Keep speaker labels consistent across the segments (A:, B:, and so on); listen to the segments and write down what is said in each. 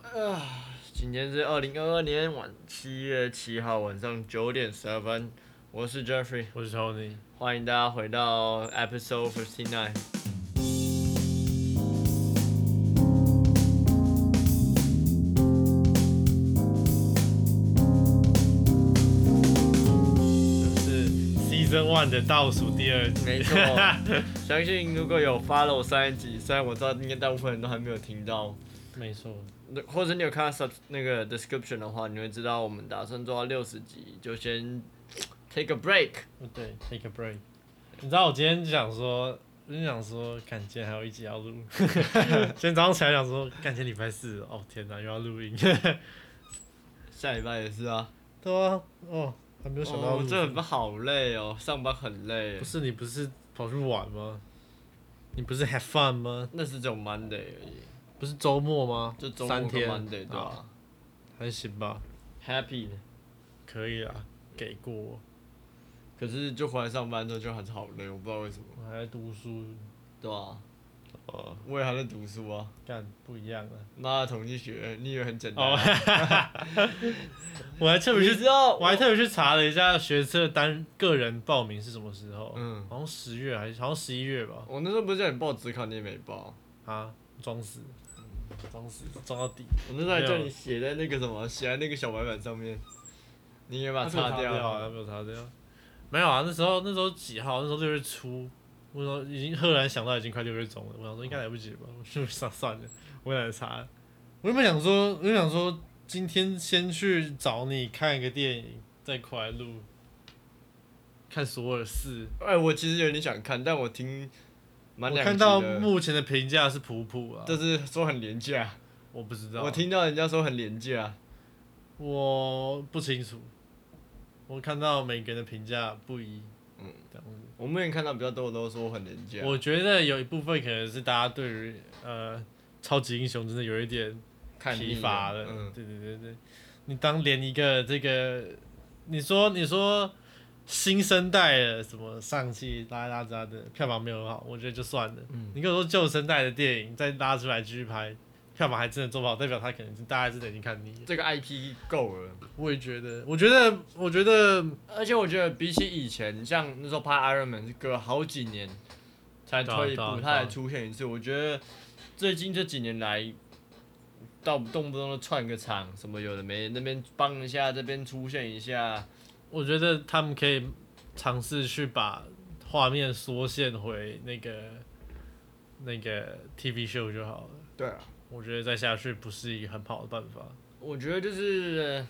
A: 啊，今天是二零二二年晚七月七号晚上九点十二分，我是 Jeffrey，
B: 我是 Tony。
A: 欢迎大家回到 Episode Fifty Nine。
B: 就是 Season One 的倒数第二集。
A: 没错，相信如果有 follow 上一集，虽然我知道应该大部分人都还没有听到，
B: 没错，
A: 那或者你有看到 sub 那个 description 的话，你会知道我们打算做到六十集，就先 take a break。
B: 对，Take a break。你知道我今天就想说，我就想说，感今天还有一集要 录。今天早上起来想说，感觉礼拜四，哦天哪，又要录音。
A: 下礼拜也是啊，
B: 对啊，哦，还没有想到
A: 哦
B: 录、
A: 我这礼拜好累哦，上班很累
B: 不，是你不是跑去玩吗？你不是 have fun 吗？
A: 那是只有 Monday 而已。
B: 不是周末吗？
A: 就周末
B: 三
A: 跟
B: 天啊
A: Monday 对吧、
B: 好还行吧，
A: h a p p y
B: 可以啊，给过我，
A: 可是就回来上班之后就还是好累，我不知道为什么。
B: 我还在读书，
A: 对啊，
B: 哦，
A: 我也还在读书啊。
B: 干不一样啊。
A: 妈的，统计学你以为很简单、
B: 哦
A: 啊？，
B: 我还特别
A: 你
B: 去，
A: 知道
B: 我还特别去查了一下学测单个人报名是什么时候，
A: 嗯，
B: 好像十月还是好像十一月吧？
A: 我那时候不是叫你报职考，你也没报。
B: 啊，装死，嗯装死，装到底，
A: 我那时候还
B: 没有
A: 叫你写在那个什么，写在那个小白板上面，你也把它擦
B: 掉啊，
A: 掉。
B: 没有擦掉，没有啊，那时候那时候几号？那时候六月初，我说已经赫然想到已经快六月中了，我想说应该来不及了吧，我就 想算了，我也懒得查了，我原本想说，我就想说今天先去找你看一个电影，再回来录，看索尔四。
A: 哎、我其实有点想看，但我听蛮
B: 我
A: 两
B: 看
A: 集
B: 到
A: 的，
B: 目前的评价是普普啊，
A: 就是说很廉价。
B: 我不知道，
A: 我听到人家说很廉价，
B: 我不清楚，我看到每个人的评价不一，
A: 嗯
B: 嗯，这样子。
A: 我目前看到比较多的都说很廉价。
B: 我觉得有一部分可能是大家对于呃超级英雄真的有一点
A: 看腻
B: 疲乏了，
A: 嗯，
B: 对对对对，你当连一个这个，你说你说新生代的什么上汽拉拉扎的票房没有很好，我觉得就算了，
A: 嗯
B: 你跟我说旧生代的电影再拉出来继续拍。票房还真的做不好，代表他可能是大家真的已经看腻了。
A: 这个 IP 够了。
B: 我也觉得，我觉得，我觉得
A: 而且我觉得比起以前，像那时候拍 Iron Man 是隔了好几年才推一
B: 对啊对啊啊
A: 部，
B: 对啊
A: 它才出现一次。我觉得最近这几年来，到动不动就串个场，什么有的没的，那边帮一下，这边出现一下。
B: 我觉得他们可以尝试去把画面缩限回那个那个 TV show 就好了。
A: 对啊，
B: 我觉得再下去不是一个很好的办法。
A: 我觉得就是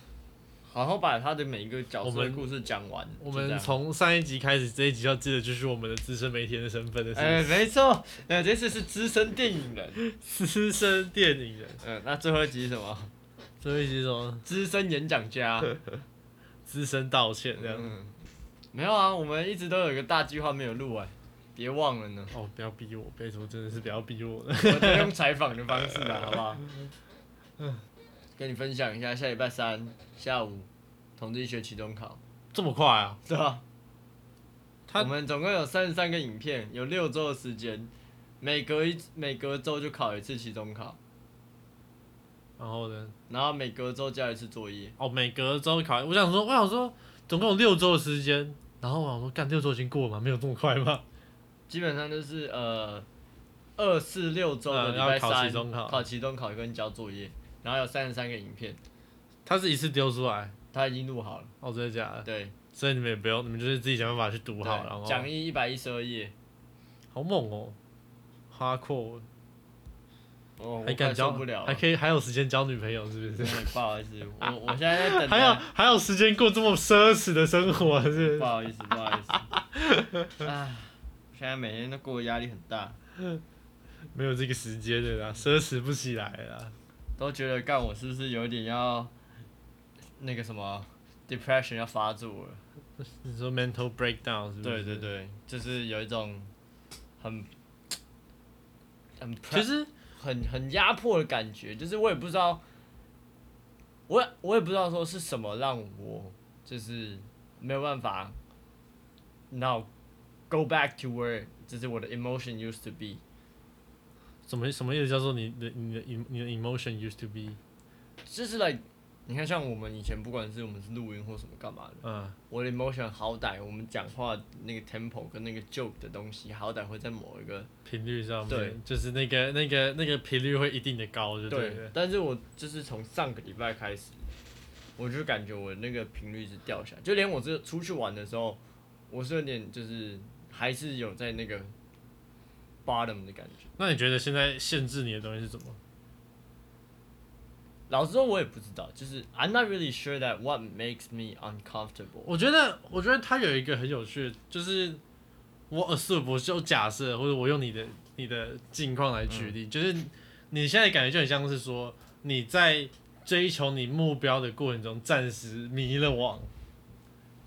A: 好好把他的每一个角色
B: 我
A: 的
B: 们
A: 故事讲完。
B: 我
A: 就这
B: 们
A: 样
B: 从上一集开始，这一集要记得就是我们的资深媒体人的身份的
A: 哎、
B: 是
A: 没错，呃，这次是资深电影人，
B: 资深电影人。
A: 呃，那最后一集是什么？
B: 最后一集是什么？
A: 资深演讲家。
B: 资深道歉这样。
A: 嗯，没有啊，我们一直都有一个大计划没有录完，别忘了 呢。
B: 哦，不要逼我，拜托，真的是不要逼我了。
A: 我们用采访的方式啊，好不好？跟你分享一下，下礼拜三下午统计学期中考，
B: 这么快啊？
A: 对吧？
B: 他
A: 我们总共有三十三个影片，有六周的时间，每隔一每隔周就考一次期中考，
B: 然后呢？
A: 然后每隔周交一次作业。
B: 哦，每隔周考，我想说，我想说，总共有六周的时间，然后我想说，干六周已经过了吗？没有这么快吗？
A: 基本上就是呃二四六周的
B: 嗯
A: 礼拜
B: 要考
A: 三、
B: 期中考
A: 考期中考跟交作业，然后有三十三个影片，
B: 他是一次丢出来，
A: 他已经录好了，
B: 哦，真的假的？
A: 对。
B: 所以你们也不用，你们就是自己想办法去读好，
A: 对
B: 然后
A: 讲义一百一十二页，
B: 好猛哦，哈阔，
A: 哦，
B: 还敢
A: 教
B: 交
A: 不了
B: 还
A: 了，
B: 可以还有时间交女朋友是不
A: 真
B: 是？
A: 的 不好意思，我我现在在等，
B: 还有还有时间过这么奢侈的生活是不是
A: 不？好意思，不好意思， 唉，现在每天都过得压力很大，
B: 没有这个时间的啦，奢侈不起来啦。
A: 都觉得干我是不是有点要那个什么 depression 要发作了？
B: 你说 mental breakdown 是不
A: 对
B: 是？
A: 对，对，就是有一种很很
B: 其实
A: 很很压迫的感觉，就是我也不知道，我也我也不知道说是什么让我就是没有办法，now go back to where 就是我的 emotion used to be，
B: 什么什么意思叫做你的你的你的 emotion used to be？
A: 就是 like 你看，像我们以前不管是我们是录音或什么干嘛的，
B: 嗯，
A: 我的 emotion 好歹我们讲话那个 tempo 跟那个 joke 的东西，好歹会在某一个
B: 频率上面，
A: 对，
B: 就是那个那个那个频率会一定的高，就对
A: 对
B: 了。，
A: 但是我就是从上个礼拜开始，我就感觉我那个频率是掉下来，就连我这出去玩的时候，我是有点就是还是有在那个 bottom 的感觉。
B: 那你觉得现在限制你的东西是什么？
A: 老实说，我也不知道，就是 I'm not really sure that what makes me uncomfortable。
B: 我觉得，我觉得它有一个很有趣的，就是我 assume 我就假设，或者我用你的你的境况来举例，就是你现在感觉就很像是说你在追求你目标的过程中暂时迷了网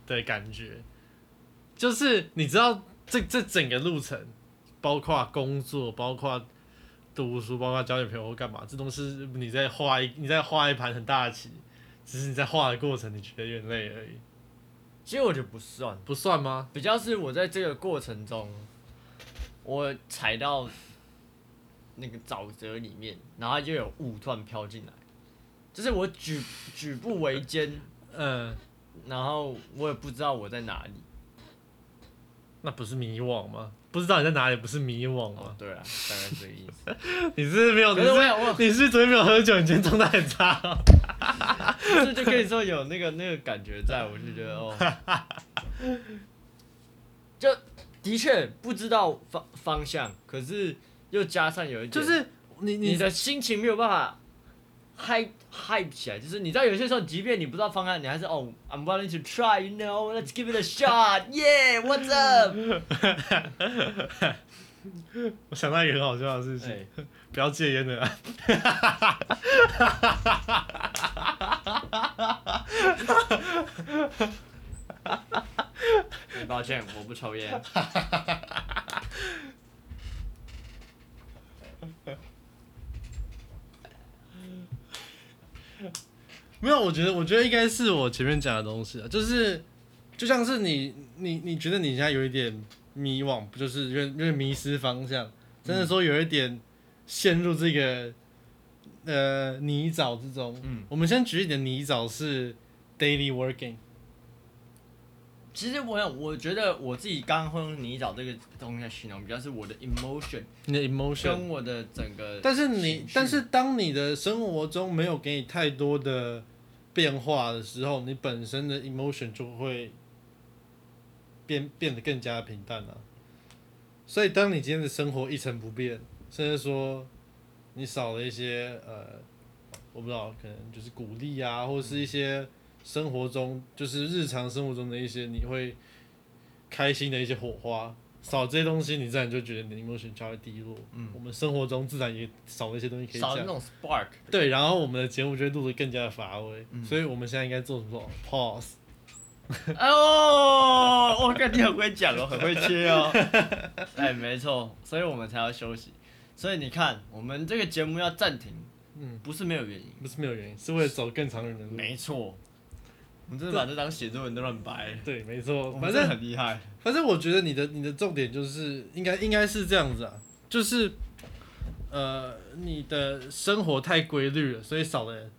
B: 的感觉，就是你知道这这整个路程，包括工作，包括读书，包括交女朋友或干嘛，这都是你在画一你在画一盘很大的棋，只是你在画的过程你觉得有点累而已。
A: 其实我觉得不算，
B: 不算吗？
A: 比较是我在这个过程中，我踩到那个沼泽里面，然后就有雾突然飘进来，就是我举举步维艰，
B: 嗯，
A: 然后我也不知道我在哪里。
B: 那不是迷惘吗？不知道你在哪里，不是迷惘
A: 哦
B: 吗，？
A: 对啊，大概这个意思。
B: 你是不是没有，
A: 可
B: 你
A: 是
B: 是
A: 我有我
B: 你是不是昨天没有喝酒，你今天状态很差哦、
A: 就是就跟你说有那个那个感觉在，我就觉得哦， 就的确不知道方方向，可是又加上有一点
B: 就是你
A: 你
B: 你
A: 的心情没有办法 hype hype 起来，就是你知道有些时候，即便你不知道方案，你还是哦，I'm willing to try，you know，let's give it a shot，yeah，what's up？
B: 我想到一个很好笑的事情，
A: 哎，
B: 不要戒烟的啦。
A: 很抱歉，我不抽烟。
B: 没有，我觉得我觉得应该是我前面讲的东西啊，就是就像是你你你觉得你现在有一点迷惘，不就是有点有点迷失方向，真的说有一点陷入这个呃泥沼之中。
A: 嗯，
B: 我们先举一点泥沼是 daily working。
A: 其实我想，我觉得我自己刚刚会用泥沼这个东西来形容，比较是我的 emotion
B: 你的 emotion。
A: 跟我的整个，
B: 但是你
A: 情绪，
B: 但是当你的生活中没有给你太多的变化的时候，你本身的 emotion 就会变变得更加平淡了、啊所以，当你今天的生活一成不变，甚至说你少了一些呃，我不知道，可能就是鼓励啊，或者是一些生活中就是日常生活中的一些你会开心的一些火花，少这些东西，你自然就觉得你的 emotion 就会低落。
A: 嗯，
B: 我们生活中自然也少了一些东西可以
A: 少了那
B: 讲。
A: 种 spark。
B: 对，然后我们的节目就会录得更加的乏味，
A: 嗯
B: 所以我们现在应该做什么？pause。
A: 哦，我跟你很会讲哦，很会切 哦。哎，没错，所以我们才要休息。所以你看，我们这个节目要暂停，
B: 嗯，
A: 不是没有原因。
B: 不是没有原因，是为了走更长远的路。
A: 没错，我们真的把这当写作文都乱掰，
B: 对，没
A: 我
B: 错，
A: 们
B: 反
A: 真的
B: 正
A: 很厉害。
B: 反正我觉得你的你的重点就是应该应该是这样子啊，就是呃你的生活太规律了，所以少了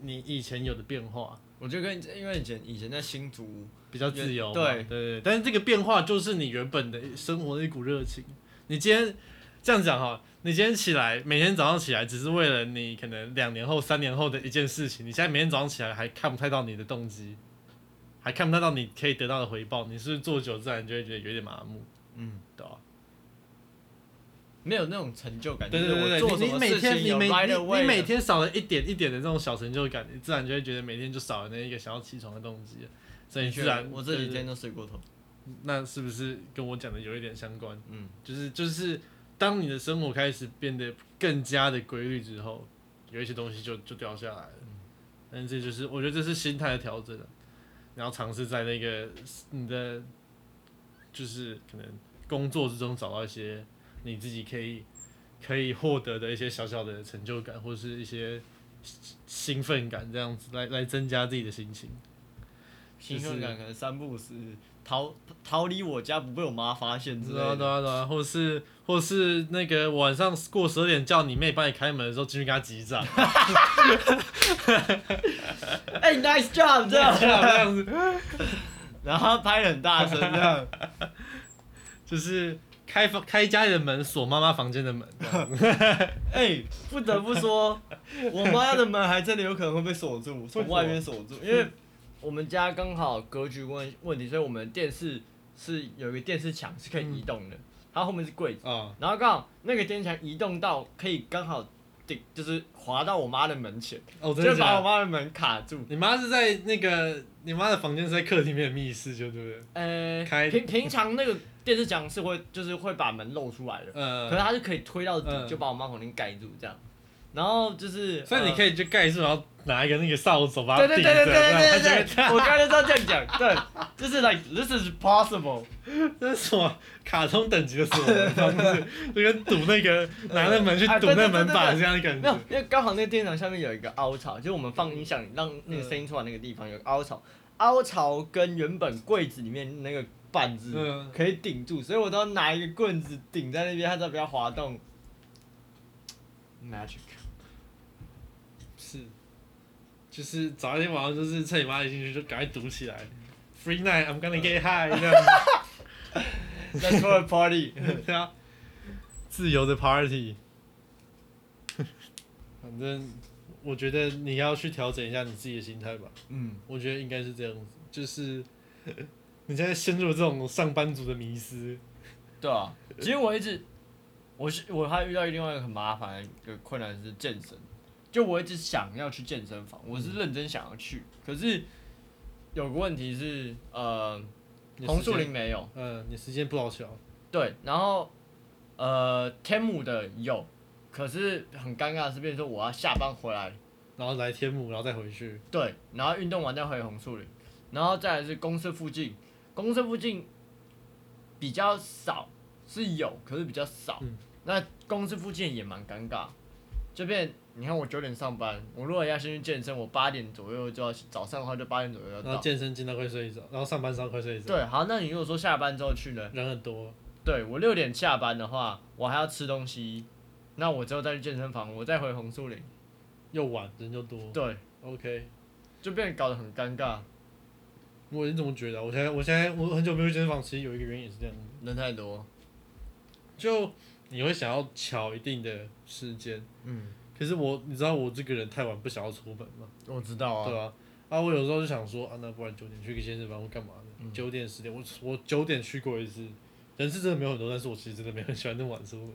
B: 你以前有的变化，
A: 我就跟因为以前以前在新竹，
B: 比较自由嘛。
A: 对
B: 对对，但是这个变化就是你原本的生活的一股热情。你今天这样讲哈，你今天起来，每天早上起来只是为了你可能两年后、三年后的一件事情，你现在每天早上起来还看不太到你的动机，还看不太到你可以得到的回报，你是不是做久自然就会觉得有点麻木，
A: 嗯，
B: 对吧、啊
A: 没有那种成就感，
B: 对对对
A: 就是我做
B: 对，你
A: 什
B: 你
A: 么
B: 每
A: 事
B: 天
A: 情
B: 你
A: 有
B: 每
A: right
B: 你
A: away，
B: 你每
A: 的
B: 天少了一点一点的这种小成就感，你自然就会觉得每天就少了那一个想要起床的动机了，所以你
A: 的确
B: 自然
A: 我这几
B: 对
A: 天都睡过头。
B: 那是不是跟我讲的有一点相关？
A: 嗯，
B: 就是就是当你的生活开始变得更加的规律之后，有一些东西就就掉下来了。但这就是我觉得这是心态的调整、啊，你要尝试在那个你的就是可能工作之中找到一些你自己可以可以获得的一些小小的成就感，或是一些兴兴奋感，这样子来来增加自己的心情。
A: 新
B: 就是
A: 鲜感可能三不五时逃逃离我家不被我妈发现之类
B: 对啊，
A: 的。
B: 对啊，对啊，或者是或是那个晚上过十二点叫你妹帮你开门的时候进去跟她击掌，
A: 哎、n i c e job 这
B: 这
A: 样，
B: 样子
A: 然后他拍得很大声这样，
B: 就是开房开家里的门，锁妈妈房间的门，这 样子
A: 哎、不得不说，我妈的门还真的有可能会被锁住，从外面锁住，因为我们家刚好格局问问题，所以我们的电视是有一个电视墙是可以移动的，它后面是柜子，
B: 啊，
A: 然后刚好那个电视墙移动到可以刚好顶，就是滑到我妈的门前，
B: 哦，真
A: 就
B: 的
A: 是把
B: 假
A: 我
B: 的？
A: 妈的门卡住。
B: 你妈是在那个你妈的房间是在客厅里面的密室，就对不对？
A: 呃，
B: 开
A: 平平常那个电视墙是会就是会把门露出来的，可是
B: 呃，
A: 它是可以推到底，
B: 嗯
A: 就把我妈房间盖住这样。然后就是，
B: 所以你
A: 呃
B: 可以就盖住，然后拿一个那个扫帚把它
A: 对
B: 顶
A: 对
B: 着，
A: 对对对
B: 然后
A: 对对 对，我刚才就这样讲，对，就是 like this is possible，
B: 这是什么卡通等级的锁的方 式，就跟赌那个拿那门去
A: 啊
B: 赌
A: 对对
B: 那门
A: 对
B: 把
A: 对对
B: 这样的感
A: 没有
B: 觉。，
A: 因为刚好那个电视墙下面有一个凹槽，就是我们放音响让那个声音出来那个地方有个凹槽，凹槽跟原本柜子里面那个板子
B: 嗯，
A: 可以顶住，所以我都要拿一个棍子顶在那边，它才不要滑动。Magic，
B: 是，就是早一天晚上就是趁你妈一进去就赶快堵起来。Free night, I'm gonna get high，这样子
A: let's for a party
B: 对啊，自由的 party。反正我觉得你要去调整一下你自己的心态吧，
A: 嗯。
B: 我觉得应该是这样子，就是你现在陷入这种上班族的迷思，
A: 对啊，其实我一直，我是我还遇到另外一个很麻烦的一个困难是健身，就我一直想要去健身房，我是认真想要去，可是有个问题是，呃，
B: 你的
A: 红
B: 时
A: 树
B: 间
A: 林没有，
B: 嗯，你时间不好瞧。
A: 对，然后呃，天母的有，可是很尴尬的是，变成说我要下班回来，
B: 然后来天母，然后再回去。
A: 对，然后运动完再回红树林，然后再来是公司附近，公司附近比较少，是有，可是比较少。
B: 嗯
A: 那公司附近也蛮尴尬，这边你看我九点上班，我如果要先去健身，我八点左右就要早上的话就八点左右要
B: 然后
A: 到。
B: 健身健到快睡着，然后上班上到快睡着，
A: 对，好，那你如果说下班之后去呢？
B: 人很多，
A: 对我六点下班的话，我还要吃东西，那我之后再去健身房，我再回红树林，
B: 又晚，人又多。
A: 对，
B: OK，
A: 就变得搞得很尴尬，
B: 我你怎么觉得啊？我现在我现在我很久没有去健身房，其实有一个原因也是这样，
A: 人太多。
B: 就你会想要巧一定的时间。
A: 嗯，
B: 可是我你知道我这个人太晚不想要出门嘛，
A: 我知道啊。
B: 对吧、啊？我有时候就想说啊，那不然九点去个健身房或干嘛的？九、点十点，我我九点去过一次，人是真的没有很多，但是我其实真的没有很喜欢那么晚出门，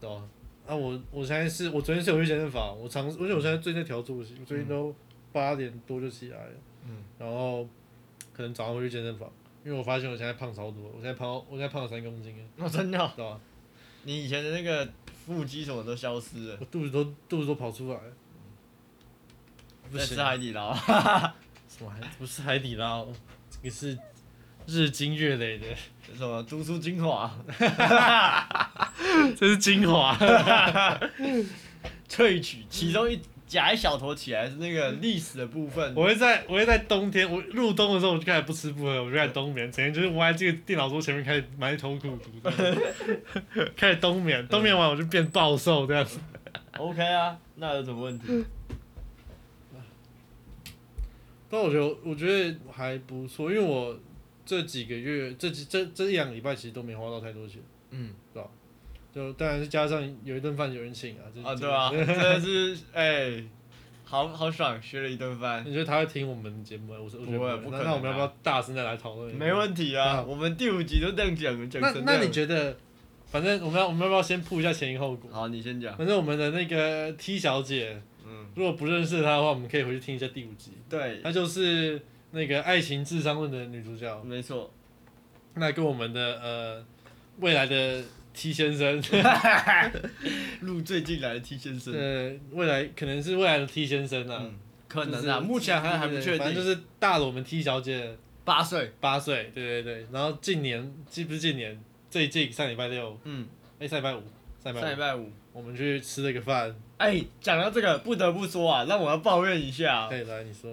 B: 对吧、啊？我我现在是我昨天是有去健身房，我尝，而且我现在最近在调作息，我最近都八点多就起来了，
A: 嗯，
B: 然后可能早上会去健身房，因为我发现我现在胖超多，我现在胖我现在胖了三公斤了，
A: 我、真的哦、
B: 对吧、
A: 你以前的那个腹肌什么都消失了，
B: 我肚子都肚子都跑出来了，不
A: 在
B: 行
A: 吃，海底捞。啊
B: 什么海不是海底捞，这个是日积月累的，
A: 什么读书精华，
B: 这是精华。
A: 萃取其中一夹一小坨起来是那个历史的部分。
B: 我会在我会在冬天，我入冬的时候我就开始不吃不喝，我就开始冬眠，整天就是窝在这个电脑桌前面开始埋头苦读，这样开始冬 眠，冬眠完我就变暴瘦这样子。
A: OK 啊，那有什么问题？
B: 但我觉得我觉得还不错，因为我这几个月这几这这一两个礼拜其实都没花到太多钱，
A: 嗯，
B: 就当然是加上有一顿饭有人请啊，这
A: 啊对啊，真的是哎、好好爽，学了一顿饭，
B: 你觉得他会听我们节目吗？我是我觉得
A: 不会不
B: 那
A: 可
B: 那我们
A: 能
B: 要
A: 啊
B: 不要大声的来讨论？
A: 没问题啊。
B: 啊
A: 我们第五集都这样讲，讲
B: 那
A: 成
B: 那
A: 这
B: 你
A: 样
B: 觉得，反正我们要我们要不要先铺一下前因后果？
A: 好，你先讲。
B: 反正我们的那个 T 小姐，
A: 嗯，
B: 如果不认识她的话，我们可以回去听一下第五集。
A: 对，
B: 她就是那个《爱情智商论》的女主角，
A: 没错。
B: 那跟我们的呃未来的 T 先生，
A: 录最近来的 T 先生，
B: 呃，未来可能是未来的 T 先生啊，
A: 嗯，可能
B: 就是
A: 啊，目前还还不确
B: 反
A: 定。
B: 正就是大了我们 T 小姐
A: 八岁，
B: 八岁，对对对。然后近年，记不是近年，最近上礼拜六，
A: 嗯，
B: 哎、上礼拜五，上礼
A: 上
B: 拜
A: 礼
B: 五，
A: 拜五。
B: 我们去吃了个饭。
A: 哎，讲到这个，不得不说啊，让我要抱怨一下啊、
B: 哎，来你说，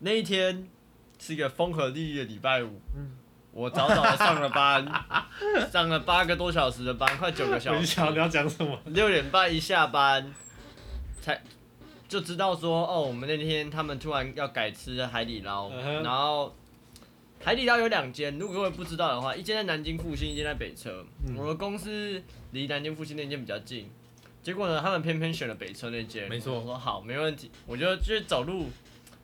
A: 那一天是一个风和日丽的礼拜五，
B: 嗯
A: 我早早的上了班，上了八个多小时的班，快九个
B: 我
A: 小
B: 就
A: 时
B: 想，你要讲什么？
A: 六点半一下班，才就知道说哦，我们那天他们突然要改吃海底捞
B: 嗯哼
A: 然后海底捞有两间，如果各位不知道的话，一间在南京复兴，一间在北车。
B: 嗯
A: 我的公司离南京复兴那间比较近，结果呢，他们偏偏选了北车那间。
B: 没错
A: 我说好，没问题，我就去走路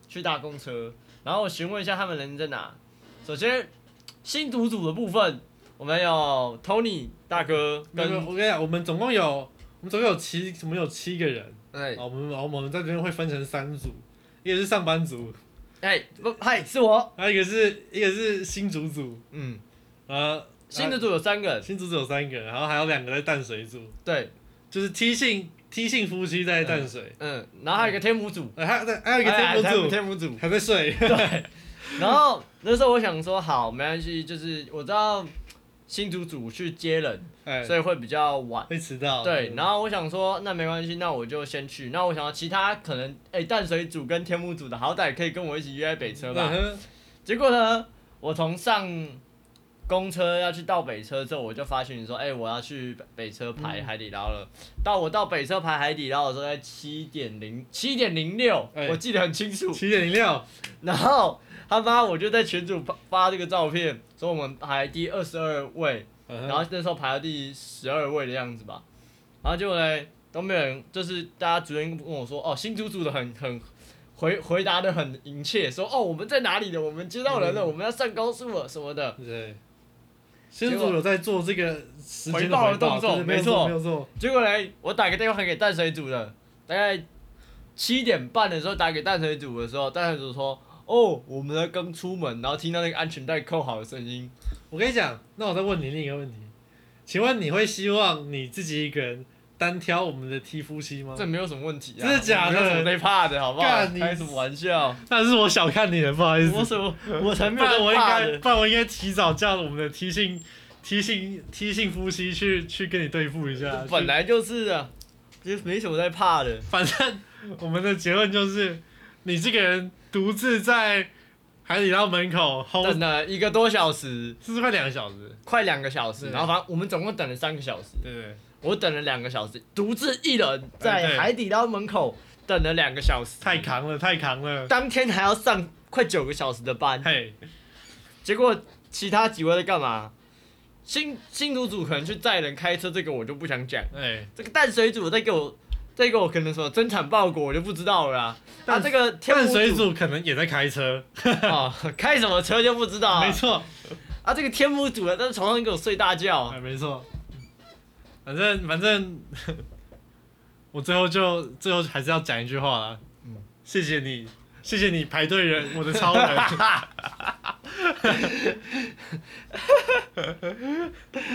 A: 去搭公车，然后我询问一下他们人在哪。首先，新组组的部分，我们有 Tony 大哥
B: 没有，没有
A: 跟
B: 我跟你讲，我们总共有我们总共有七，我们有七个人。
A: 哎
B: 好，我们我们在这边会分成三组，一个是上班族，
A: 哎、不，嗨，是我。
B: 还有一个是一个是新组组，
A: 嗯，
B: 呃，
A: 新的组有三个人，
B: 新组组有三个，然后还有两个在淡水组，
A: 对，
B: 就是 T 姓 T 姓夫妻在淡水，
A: 嗯，然后还有一个天母组，
B: 呃，还有在还有一个
A: 哎哎
B: 天母组
A: 天母组。
B: 还 在睡，
A: 然后那时候我想说，好，没关系，就是我知道新组组去接人，
B: 哎，
A: 所以会比较晚。
B: 会迟到。嗯
A: 对，然
B: 后
A: 后我想说，那没关系，那我就先去。那我想要其他可能，哎、淡水组跟天母组的，好歹可以跟我一起约在北车吧。结果呢，我从上公车要去到北车之后，我就发讯息说，哎、我要去北车排海底捞了。到我到北车排海底捞的时候，在七点零七点零六，
B: 哎
A: 我记得很清楚。
B: 七点零六，
A: 然后他妈我就在群主发发这个照片，说我们排第二十二位，
B: 然
A: 然后那时候排到第十二位的样子吧。然后结果呢，都没有人，就是大家主任跟我说，哦，新组组的很很回回答的很殷切，说哦我们在哪里的，我们接到人
B: 嗯
A: 了，我们要上高速了什么的。
B: 对，新组有在做这个时间
A: 回报的
B: 回报
A: 动作
B: 对没有
A: 没错
B: 没有错，
A: 结果呢，我打个电话给淡水组的，大概七点半的时候打给淡水组的时候，淡水组说。哦，我们才刚出门，然后听到那个安全带扣好的声音，
B: 我跟你讲，那我再问你另一个问题，请问你会希望你自己一个人单挑我们的 T 夫妻吗？
A: 这没有什么问题啊，
B: 嗯真的假的
A: 我没有什么没怕的，好不好？
B: 干你
A: 开什么玩笑？
B: 但是我小看你了，不好意
A: 我
B: 思。
A: 什么？我才
B: 不
A: 没有
B: 然
A: 在
B: 我应
A: 怕
B: 该，
A: 的。
B: 不然我应该提早叫我们的 T 姓 T 姓 T 姓夫妻去去跟你对付一下。
A: 本
B: 去
A: 来就是啊，就没什么在怕的。
B: 反正我们的结论就是，你这个人独自在海底捞门口
A: 等
B: hold，
A: 了一个多小时，
B: 是不是快两个小时？
A: 快两个小时，
B: 对
A: 然后反正我们总共等了三个小时。
B: 对不对？
A: 我等了两个小时，独自一人
B: 哎对
A: 在海底捞门口等了两个小时，
B: 太扛了，太扛了。
A: 当天还要上快九个小时的班，
B: 嘿，
A: 结果其他几位在干嘛？新新组组可能去载人开车，这个我就不想讲。
B: 哎，
A: 这个淡水组在给我，在给我可能什么增产报国，我就不知道了啦。
B: 淡
A: 啊，这个天
B: 淡
A: 母
B: 水
A: 组
B: 组可能也在开车，
A: 啊、开什么车就不知道、
B: 没
A: 啊。
B: 错，
A: 啊，这个天母组的在床上给我睡大觉，
B: 哎，没错。反正反正，我最后就最后还是要讲一句话啦，
A: 嗯
B: 谢谢你，谢谢你排队人，我的超人。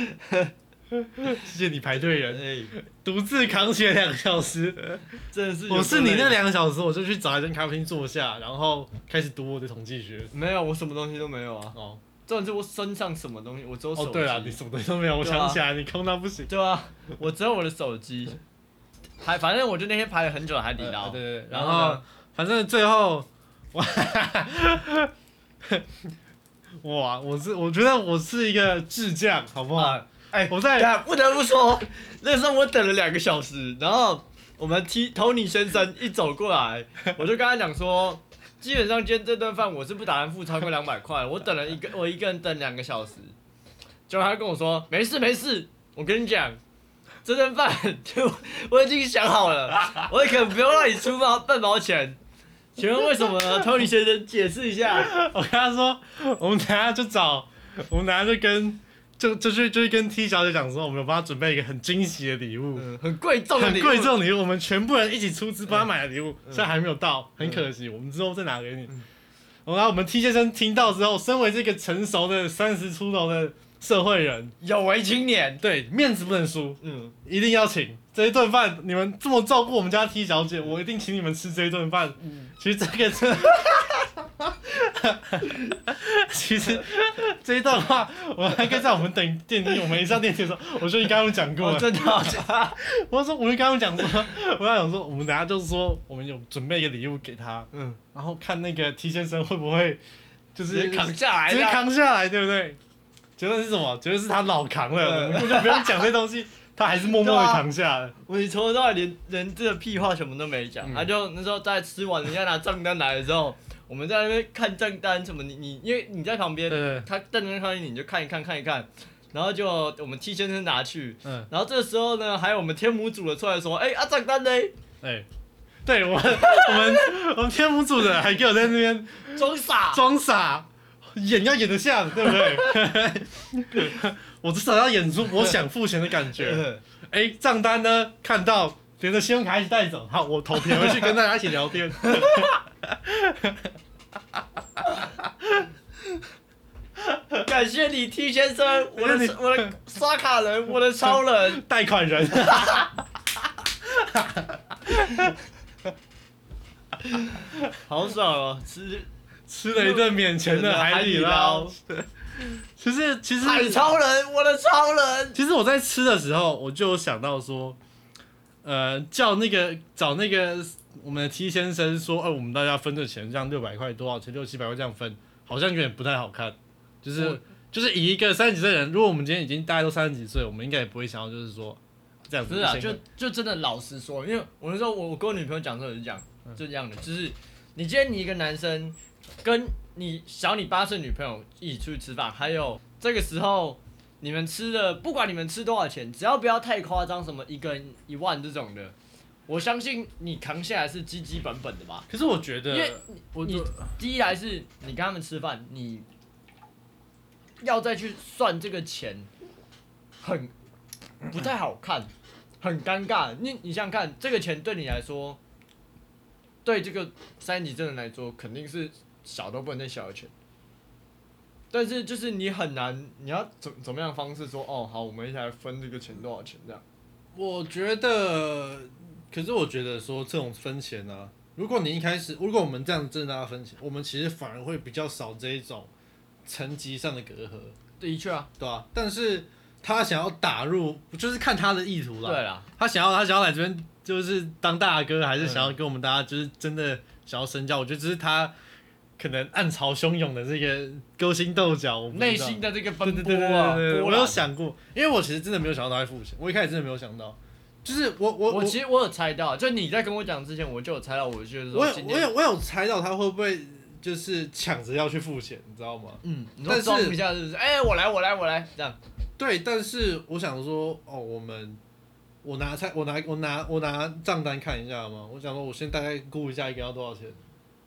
B: 谢谢你排队人，
A: 哎，
B: 独自扛起了两个小时。
A: 真的是有
B: 我是你
A: 多累啊
B: 那两个小时，我就去找一间咖啡厅坐下，然后开始读我的统计学。
A: 没有，我什么东西都没有啊。
B: 哦
A: 重点是我身上什么东西，我只有手
B: 哦，
A: 机。
B: 对了，你什么东西都没有，我
A: 对啊
B: 想起来，你空到不行。
A: 对啊，我只有我的手机。还反正我就那天排了很久的海底捞，
B: 呃对对对，然
A: 然
B: 后
A: 后
B: 反正最后，我 哇，我是我觉得我是一个智将，好不好？
A: 啊，哎，
B: 我 在
A: 但不得不说，那时候我等了两个小时，然后我们 T Tony 先生一走过来，我就跟他讲说，基本上今天这顿饭我是不打算付超过两百块，我等了一个 我一个人等两个小时，结果他跟我说没事没事，我跟你讲。这顿饭就我已经想好了，我可不用让你出毛半毛钱。请问为什么呢？Tony 先生解释一下。
B: 我跟他说，我们等下就找，我们等下就跟就就去就去跟 T 小姐讲说，我们有帮她准备一个很惊喜的礼物。
A: 嗯，很贵重的
B: 很
A: 礼物，嗯
B: 贵重的礼物，我们全部人一起出资帮她买的礼物，现在还没有到，很可惜，我们之后再拿给你。然后我们 T 先生听到之后，身为这个成熟的三十出头的社会人，
A: 有为青年。
B: 对，面子不能输，
A: 嗯，
B: 一定要请这一顿饭。你们这么照顾我们家 T 小姐，我一定请你们吃这一顿饭。
A: 嗯
B: 其实这个真，其实这一段话，我还可以在我们等电梯，我们一上电梯的时候，我就应该们讲过
A: 我
B: 了。
A: 哦真的好像
B: 我说，我就跟他们讲说，我要讲说，我们等下就是说，我们有准备一个礼物给他，
A: 嗯，
B: 然后看那个 T 先生会不会就
A: 直
B: 是
A: 接扛下来
B: 直
A: 的
B: 接扛下来，对不对？结论是什么？结论是他老扛了，
A: 对
B: 我们根本就不用讲这东 西，他还是默默的
A: 对啊
B: 扛下了。
A: 我你从头到尾连连这个屁话什么都没讲，
B: 嗯
A: 他就那时候在吃完人家拿账单来的时候，我们在那边看账单什么，你你因为你在旁
B: 对啊
A: 边，
B: 对，
A: 他站在那看你，你就看一看看一看，然后就我们 T 先生拿去，
B: 嗯，
A: 然后这时候呢，还有我们天母组的出来说，哎、啊账单呢？
B: 哎，对我我们我们天母组的还给我在那边
A: 装傻，
B: 装傻，演要演得像，对不对？ 我至少要演出我想付钱的感觉。哎，账单呢？看到连着信用卡一起带走，好，我投屏回去跟大家一起聊 天。
A: 感谢你 T 先生，我的我的刷卡人，我的超人，
B: 贷款人，
A: 好爽哦，吃
B: 吃了一顿免钱的海底捞。其实其实
A: 海超人，我的超人，
B: 其实我在吃的时候，我就有想到说，呃，叫那个找那个我们的 T 先生说，哦，我们大家分这钱，这样六百块多少钱，六七百块这样分，好像有点不太好
A: 嗯
B: 看。就是、
A: 我
B: 就是以一个三十几岁的人，如果我们今天已经大家都三十几岁，我们应该也不会想要就是说这样子
A: 不是啊，
B: 先
A: 就就真的老实说，因为我那时候我我跟我女朋友讲的时候也是讲就这样
B: 嗯
A: 的，就是你今天你一个男生跟你小你八岁女朋友一起出去吃饭，还有这个时候你们吃的不管你们吃多少钱，只要不要太夸张，什么一个人一万这种的，我相信你扛下来是基基本本的吧。
B: 可是我觉
A: 因为
B: 得，我
A: 你第一来是你跟他们吃饭，你要再去算这个钱，很不太好看，很尴尬。你你想想看，这个钱对你来说，对这个三级证人来说，肯定是小都不能再小的钱。但是就是你很难，你要怎怎么样的方式说哦好，我们一起来分这个钱多少钱这样？
B: 我觉得，可是我觉得说这种分钱呢、如果你一开始，如果我们这样真的大家分钱，我们其实反而会比较少这一种层级上的隔阂，
A: 的确啊，
B: 对吧、但是他想要打入，就是看他的意图
A: 对
B: 啦。
A: 啦，
B: 他想要他想要来这边就是当大哥，
A: 嗯
B: 还是想要跟我们大家就是真的想要深交？我觉得只是他可能暗潮汹涌的这个勾心斗角，我不知道
A: 内心的这个
B: 对
A: 奔波
B: 对对对
A: 啊，
B: 对对，
A: 波
B: 我有
A: 澜
B: 想过，因为我其实真的没有想到他会付钱，我一开始真的没有想到，就是我我
A: 我其实我有猜到，就你在跟我讲之前，我就有猜到，我就是
B: 我
A: 说
B: 有
A: 今
B: 我
A: 天，
B: 有我有猜到他会不会就是抢着要去付钱，你知道吗？
A: 嗯，你
B: 但
A: 说
B: 是
A: 装一下是不是？哎、我来，我来，我来，这样，
B: 对，但是我想说，哦，我们我拿菜，我拿我拿我拿账单看一下嘛，我想说我先大概估一下一个要多少钱，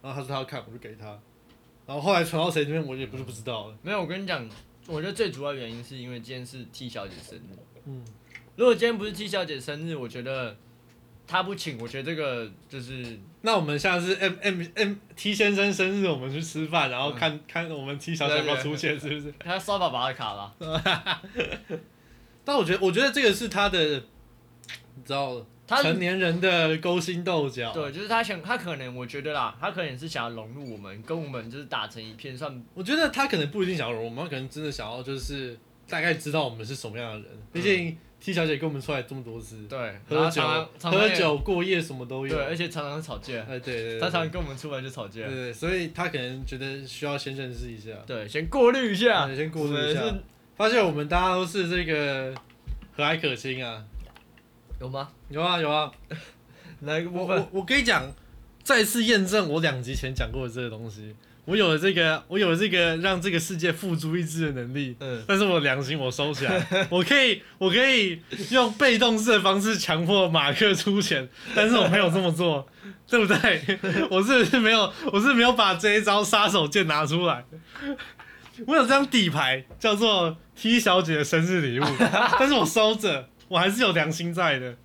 B: 然后他说他要看，我就给他，然后后来传到谁这边我也不是不知道了，
A: 没有，我跟你讲，我觉得最主要原因是因为今天是 T 小姐生日。
B: 嗯，
A: 如果今天不是 T 小姐生日，我觉得她不请，我觉得这个就是
B: 那我们下次 M M M T 先生生日我们去吃饭，然后
A: 嗯
B: 看、看我们 T 小姐要不要出钱，是不是？
A: 她刷爸爸的卡啦。
B: 但我觉得，我觉得这个是他的，你知道，
A: 她
B: 成年人的勾心斗角。
A: 对，就是她想，她可能我觉得啦，她可能是想要融入我们，跟我们就是打成一片，算
B: 我觉得他可能不一定想要融入我们，他可能真的想要就是大概知道我们是什么样的人。毕竟 T 小姐跟我们出来这么多次，
A: 对，嗯然
B: 喝
A: 后
B: 酒
A: 常常、常常
B: 喝
A: 也，
B: 酒过夜什么都有。
A: 对，而且常常吵架，
B: 哎，对对对，
A: 她常
B: 对
A: 常跟我们出来就吵架
B: 对，对，所以他可能觉得需要先认识一下，
A: 对，先啊过滤一下。
B: 嗯先过滤一
A: 我
B: 下
A: 们，
B: 发现我们大家都是这个和蔼可亲啊。
A: 有吗？
B: 有啊有啊，
A: 哪一个
B: 我
A: 部分
B: 我？我跟你讲，再次验证我两集前讲过的这个东西，我有了这个，我有了这个让这个世界付诸一掷的能力。
A: 嗯，
B: 但是我良心我收起来，我可以我可以用被动式的方式强迫马克出钱，但是我没有这么做，对不对？我是没有我是没有把这一招杀手锏拿出来。我有张底牌叫做 T 小姐的生日礼物，但是我收着，我还是有良心在的。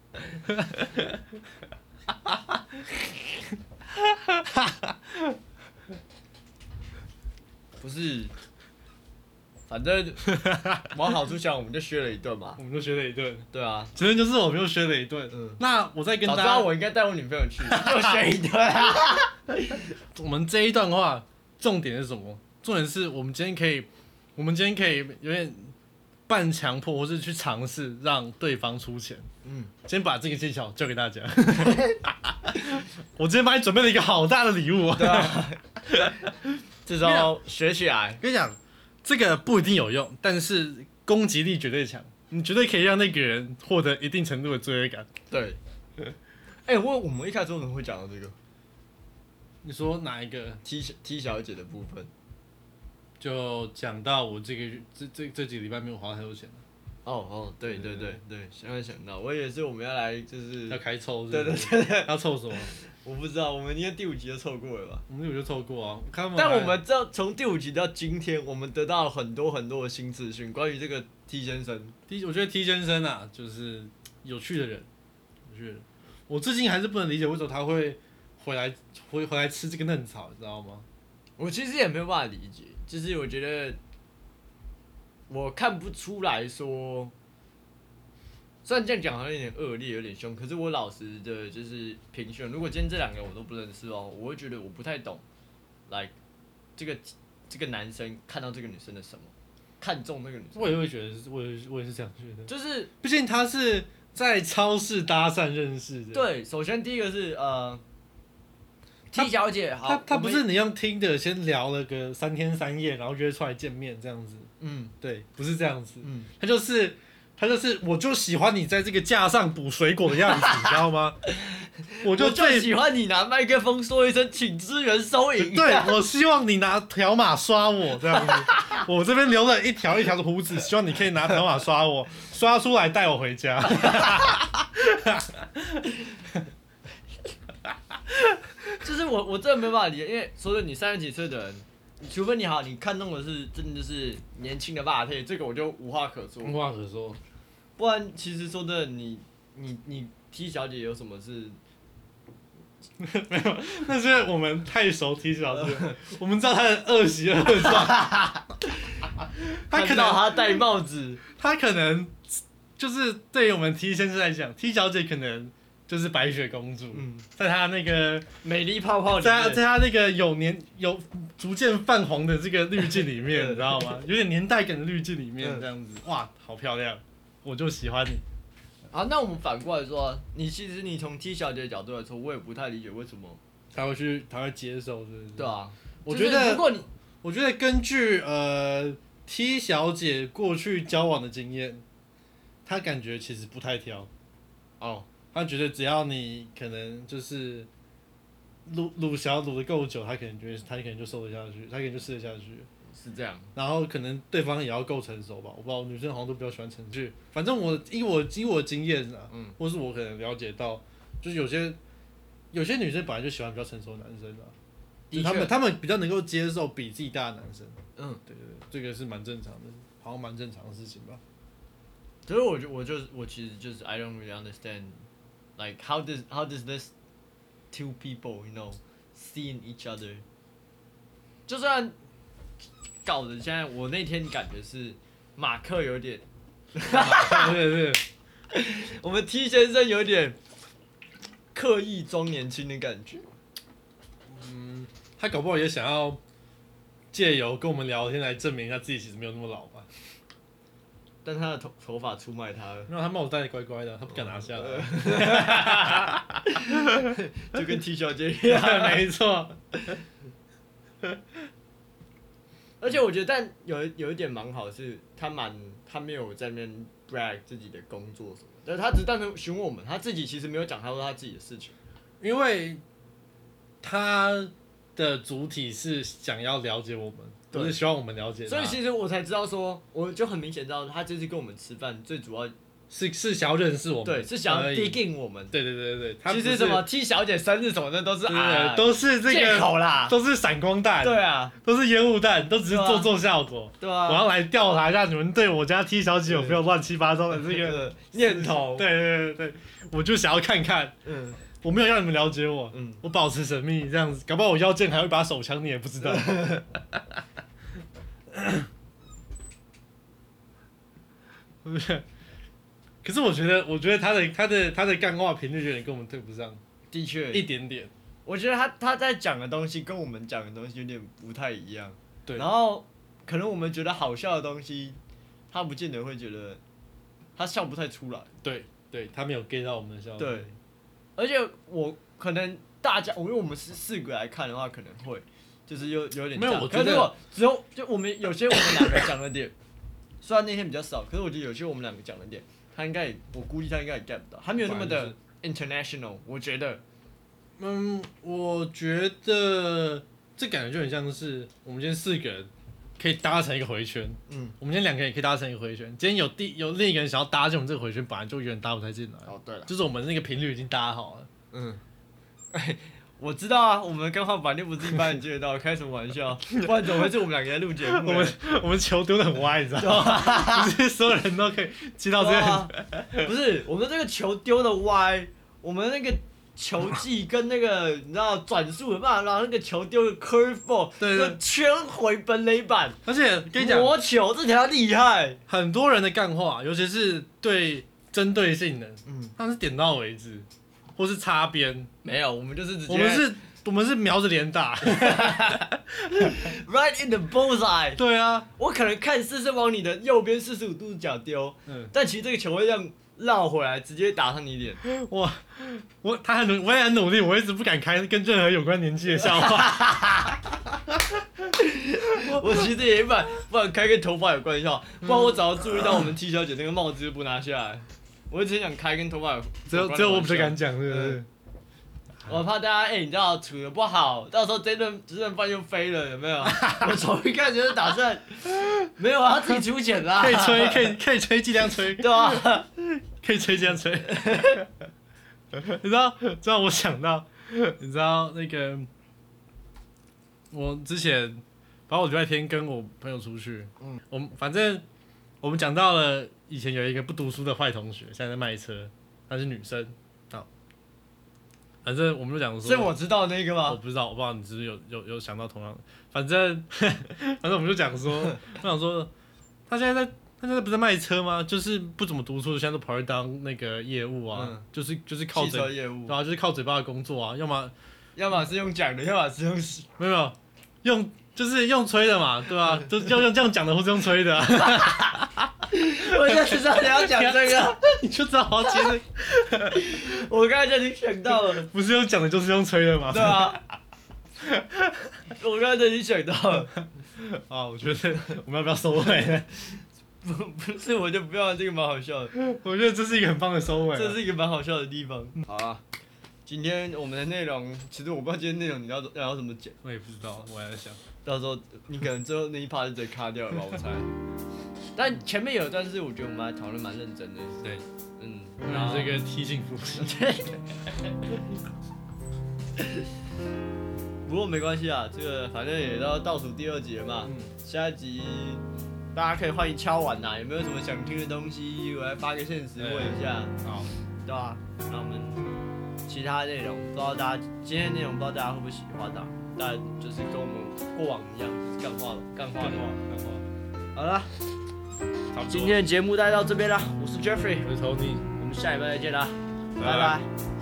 A: 不是，反 正往好处想，我们就削了一顿嘛。
B: 我们就学了一顿，
A: 对啊，
B: 结论就是我们又学了一顿。
A: 嗯，
B: 那我再跟
A: 早
B: 大
A: 知
B: 家，
A: 道我应该带我女朋友 去，就削一顿啊。
B: 我们这一段的话，重点是什么？重点是我们今天可以，我们今天可以有点半强迫，或是去尝试让对方出钱。
A: 嗯，
B: 先把这个技巧教给大家。 我今天帮你准备了一个好大的礼物啊。
A: 对啊，这
B: 没
A: 招学起来。
B: 跟你讲，这个不一定有用，但是攻击力绝对强，你绝对可以让那个人获得一定程度的罪恶感。
A: 对， 哎、我我们一开始为什么会讲到这个
B: 你说哪一个？
A: T T 小姐的部分？
B: 就讲到我这个这这这几个礼拜没有花太多钱了，
A: 哦哦，对对对对，现在想到，我以为是我们要来，就是
B: 要开抽是
A: 对
B: 不
A: 对
B: 是？要凑什么？
A: 我不知道，我们应该第五集就凑过了吧？
B: 我们有就凑过啊，看他们
A: 但
B: 还
A: 我们知道从第五集到今天，我们得到了很多很多的新资讯，关于这个 T 先生。
B: T，我觉得 T 先生啊，就是有趣的人，有趣的人。我至今还是不能理解为什么他会回来回回来吃这个嫩草，你知道吗？
A: 我其实也没有办法理解，就是我觉得我看不出来说，虽然这样讲好像有点恶劣，有点凶，可是我老实的，就是评选，如果今天这两个我都不认识哦，我会觉得我不太懂，like 这个这个男生看到这个女生的什么，看中那个女生，
B: 我也会觉得是，我也我也是这样觉得。
A: 就是
B: 毕竟他是在超市搭讪认识的，
A: 对，首先第一个是呃
B: 他
A: ，T 小姐，好，
B: 他他
A: 我
B: 不
A: 们
B: 是你用听的先聊了个三天三夜，然后约出来见面这样子，
A: 嗯
B: 对，不是这样子，
A: 嗯，
B: 他就是他就是我就喜欢你在这个架上补水果的样子，你知 道吗？我
A: 我
B: 就
A: 就最
B: 最
A: 喜欢你拿麦克风说一声，请支援收银。
B: 对，我希望你拿条码刷我 这样子。我这边留了一条一条的胡子，希望你可以拿条码刷我，刷出来带我回家。
A: 就是我我真的没办法理解，因为说真的，你三十几岁的人，除非你好，你看中的是真的就是年轻的霸配，这个我就无话可说。
B: 话可说，
A: 不然其实说真的，你你你 T 小姐有什么是？
B: 但是我们太熟提起老师，我们知道他的恶习恶 状。他可
A: 看到
B: 能
A: 她戴帽子，
B: 他可能就是对于我们 T 先生来讲，T 小姐可能就是白雪公主，
A: 嗯，
B: 在她那个
A: 美丽泡泡里
B: 在她
A: 面，
B: 在她那个有年有逐渐泛黄的这个滤镜里面，
A: 嗯
B: 你知道吗？有点年代感的滤镜里面
A: 嗯
B: 这样子，哇，好漂亮，我就喜欢你。
A: 好，那我们反过来说啊，你其实你从 T 小姐的角度来说，我也不太理解为什么。
B: 他会去，他会接受，是不是
A: 对，啊，
B: 我
A: 就是
B: 觉得
A: 如果你
B: 我觉得根据呃 T 小姐过去交往的经验，她感觉其实不太挑。
A: 哦，
B: 他觉得只要你可能就是卤卤小卤的够久，他可能觉得他可能就瘦得下去，他可能就吃得下去。
A: 是这样，
B: 然后可能对方也要够成熟吧，我不知道女生好像都比较喜欢成熟。反正我以我以我的经验啊，
A: 嗯，
B: 或是我可能了解到，就是有些有些女生本来就喜欢比较成熟的男生啊，就
A: 的
B: 他们
A: 确，
B: 他们比较能够接受比自己大的男生。
A: 嗯，
B: 对对对，这个是蛮正常的，好像蛮正常的事情吧。
A: 所以我就我就我其实就是 I don't really understand like how does how does this two people you know seeing each other，就算搞得现在我那天感觉是马克有点，
B: 对对对，
A: 我们 T 先生有点刻意装年轻的感觉，
B: 嗯，他搞不好也想要借由跟我们聊天来证明一下自己其实没有那么老吧。
A: 但他的头头发出卖他了，
B: 然后他帽子戴的乖乖的，他不敢拿下来。
A: 就跟 T 小姐一样。
B: 没错，
A: 而且我觉得，但有一有一点蛮好是，他蛮他没有在那边 brag 自己的工作什么，但是他只是单纯询问我们，他自己其实没有讲他说他自己的事情。
B: 因为他的主体是想要了解我们，
A: 对
B: 就是希望我们了解他，
A: 所以其实我才知道说，我就很明显知道他这次跟我们吃饭最主要
B: 是是想要认识我们，
A: 对是想要
B: 而已
A: dig in 我们。
B: 对对对对对，他
A: 其
B: 不
A: 实
B: 是
A: 什么 T 小姐生日什么的都是
B: 对对对
A: 啊
B: 都是这
A: 借
B: 个，
A: 口啦，
B: 都是闪光弹，
A: 对啊
B: 都是烟雾弹，都只是
A: 对啊
B: 做做效果。
A: 对
B: 我
A: 啊，
B: 要来调查一下你们对我家 T 小姐有没有乱七八糟的这 个。
A: 个念头，
B: 对对对对，我就想要看看，
A: 嗯
B: 我没有让你们了解我，
A: 嗯，
B: 我保持神秘这样子，搞不好我腰间还有一把手枪，你也 不知道。可是我觉得，我觉得他的他的他的干话频率有点跟我们对不上，
A: 的
B: 一
A: 确，
B: 点点。
A: 我觉得他他在讲的东西跟我们讲的东西有点不太一样。
B: 对，
A: 然后可能我们觉得好笑的东西，他不见得会觉得他笑不太出来。
B: 对对，他没有 get 到我们的笑点。
A: 对，而且我可能大家，我因为我们是四个来看的话，可能会，就是有有点
B: 没
A: 这
B: 有
A: 样
B: 我
A: 可
B: 觉
A: 是
B: 得
A: 我只有就我们有些我们两个讲的点， 虽然那天比较少，可是我觉得有些我们两个讲的点，他应该也我估计他应该也 get 不到，他没有那么
B: 反
A: 的 international，我觉得
B: 嗯，我觉得这感觉就很像是我们今天四个人可以搭成一个回圈，
A: 嗯，
B: 我们今天两个人也可以搭成一个回圈。今天有第有另一个人想要搭进我们这个回圈，本来就有点搭不太进来，
A: 哦对了，
B: 就是我们那个频率已经搭 好了。
A: 嗯，我知道啊，我们刚好版六不是一般人接得到，开什么玩 笑？不然怎么会是我们两个在录节目
B: 我
A: 呢
B: 们？我们球丢的很歪，你知道吗？不是所有人都可以接到这
A: 对
B: 个。
A: 啊不是我们这个球丢的歪，我们那个球技跟那个你知道转速的办法，让那个球丢的 curve ball，
B: 对对
A: 就圈回本垒板，
B: 而且跟你讲，
A: 魔球这条厉害。
B: 很多人的干话，尤其是对针对性的，
A: 嗯，
B: 他们是点到为止，或是擦边。
A: 没有，我们就是直接
B: 我们是，我们是瞄着 脸打。
A: right in the bullseye。
B: 对啊，
A: 我可能看似是往你的右边四十五度角丢，
B: 嗯。
A: 但其实这个球会这样绕回来，直接打上你脸。
B: 我我他很努，我也很努力，我一直不敢开跟任何有关年纪的笑话。
A: 我其实也不敢，不敢开跟头发有关系哦，
B: 嗯
A: 不然我早就注意到我们 T 小姐那个帽子就不拿下来。我只想开跟头发有，
B: 只有
A: 关的
B: 只有我
A: 玩
B: 比
A: 笑
B: 较敢，讲，是不是？
A: 我怕大家哎、你知道处的不好，到时候这顿这顿饭又飞了，有没 有？我从一开始就打算，没有啊，自己出钱啦，
B: 可以吹，可以可以吹，尽量吹，
A: 对啊，
B: 可以吹尽量吹。你知道，这让我想到，你知道那个，我之前，把我礼拜天跟我朋友出去，
A: 嗯
B: 嗯，我们反正我们讲到了以前有一个不读书的坏同学，现在在卖车，她是女生，好，反正我们就讲说，
A: 是我知道那个
B: 我
A: 吗？
B: 不知道，我不知道你是不是有有有想到同样的，反正 反正我们就讲说，我想说，他现在在他现在不是在卖车吗？就是不怎么读书，现在都跑去当那个业务啊，
A: 嗯
B: 就是就是靠
A: 汽
B: 嘴
A: 车，业务
B: 对，啊，就是靠嘴巴的工作啊，要么
A: 要么是用讲的，要么是用
B: 没有没有用就是用吹的嘛，对吧、就是要用这样讲的或是用吹的啊、
A: 我就知道你要讲这个，
B: 你就知道我要接这个
A: 我刚才就已经想到了。
B: 不是用讲的，就是用吹的嘛。
A: 对啊，我刚才已经想到了，
B: 啊，我觉得我们要不要收 尾？
A: 不不是我就不要这个蛮好笑的，
B: 我觉得这是一个很棒的收尾啊、
A: 这是一个蛮好笑的地方。好啊，今天我们的内容，其实我不知道今天内容你要要怎么剪，
B: 我也不知道，我还在想。
A: 到时候你可能最后那一趴就直接卡掉了吧，我猜。 但前面有一段是我觉得我们还讨论蛮认真的，
B: 对，
A: 嗯，然
B: 那
A: 后
B: 这个踢幸福。
A: 不过没关系啊，这个反正也到倒数第二集了嘛，
B: 嗯
A: 下一集大家可以欢迎敲碗啊呐、有没有什么想听的东西，我来发个现实问一下，
B: 好，
A: 对吧、那我们其他内容不知道大家今天内容不知道大家会不会喜欢啊，但就是跟我们过往一样，就是干话干话的话。
B: 干话，
A: 好了，
B: 差不多。
A: 今天的节目带到这边啦，我是 Jeffrey，
B: 我是 Tony。
A: 我们下礼拜再见啦，
B: 拜
A: 拜
B: 拜
A: 拜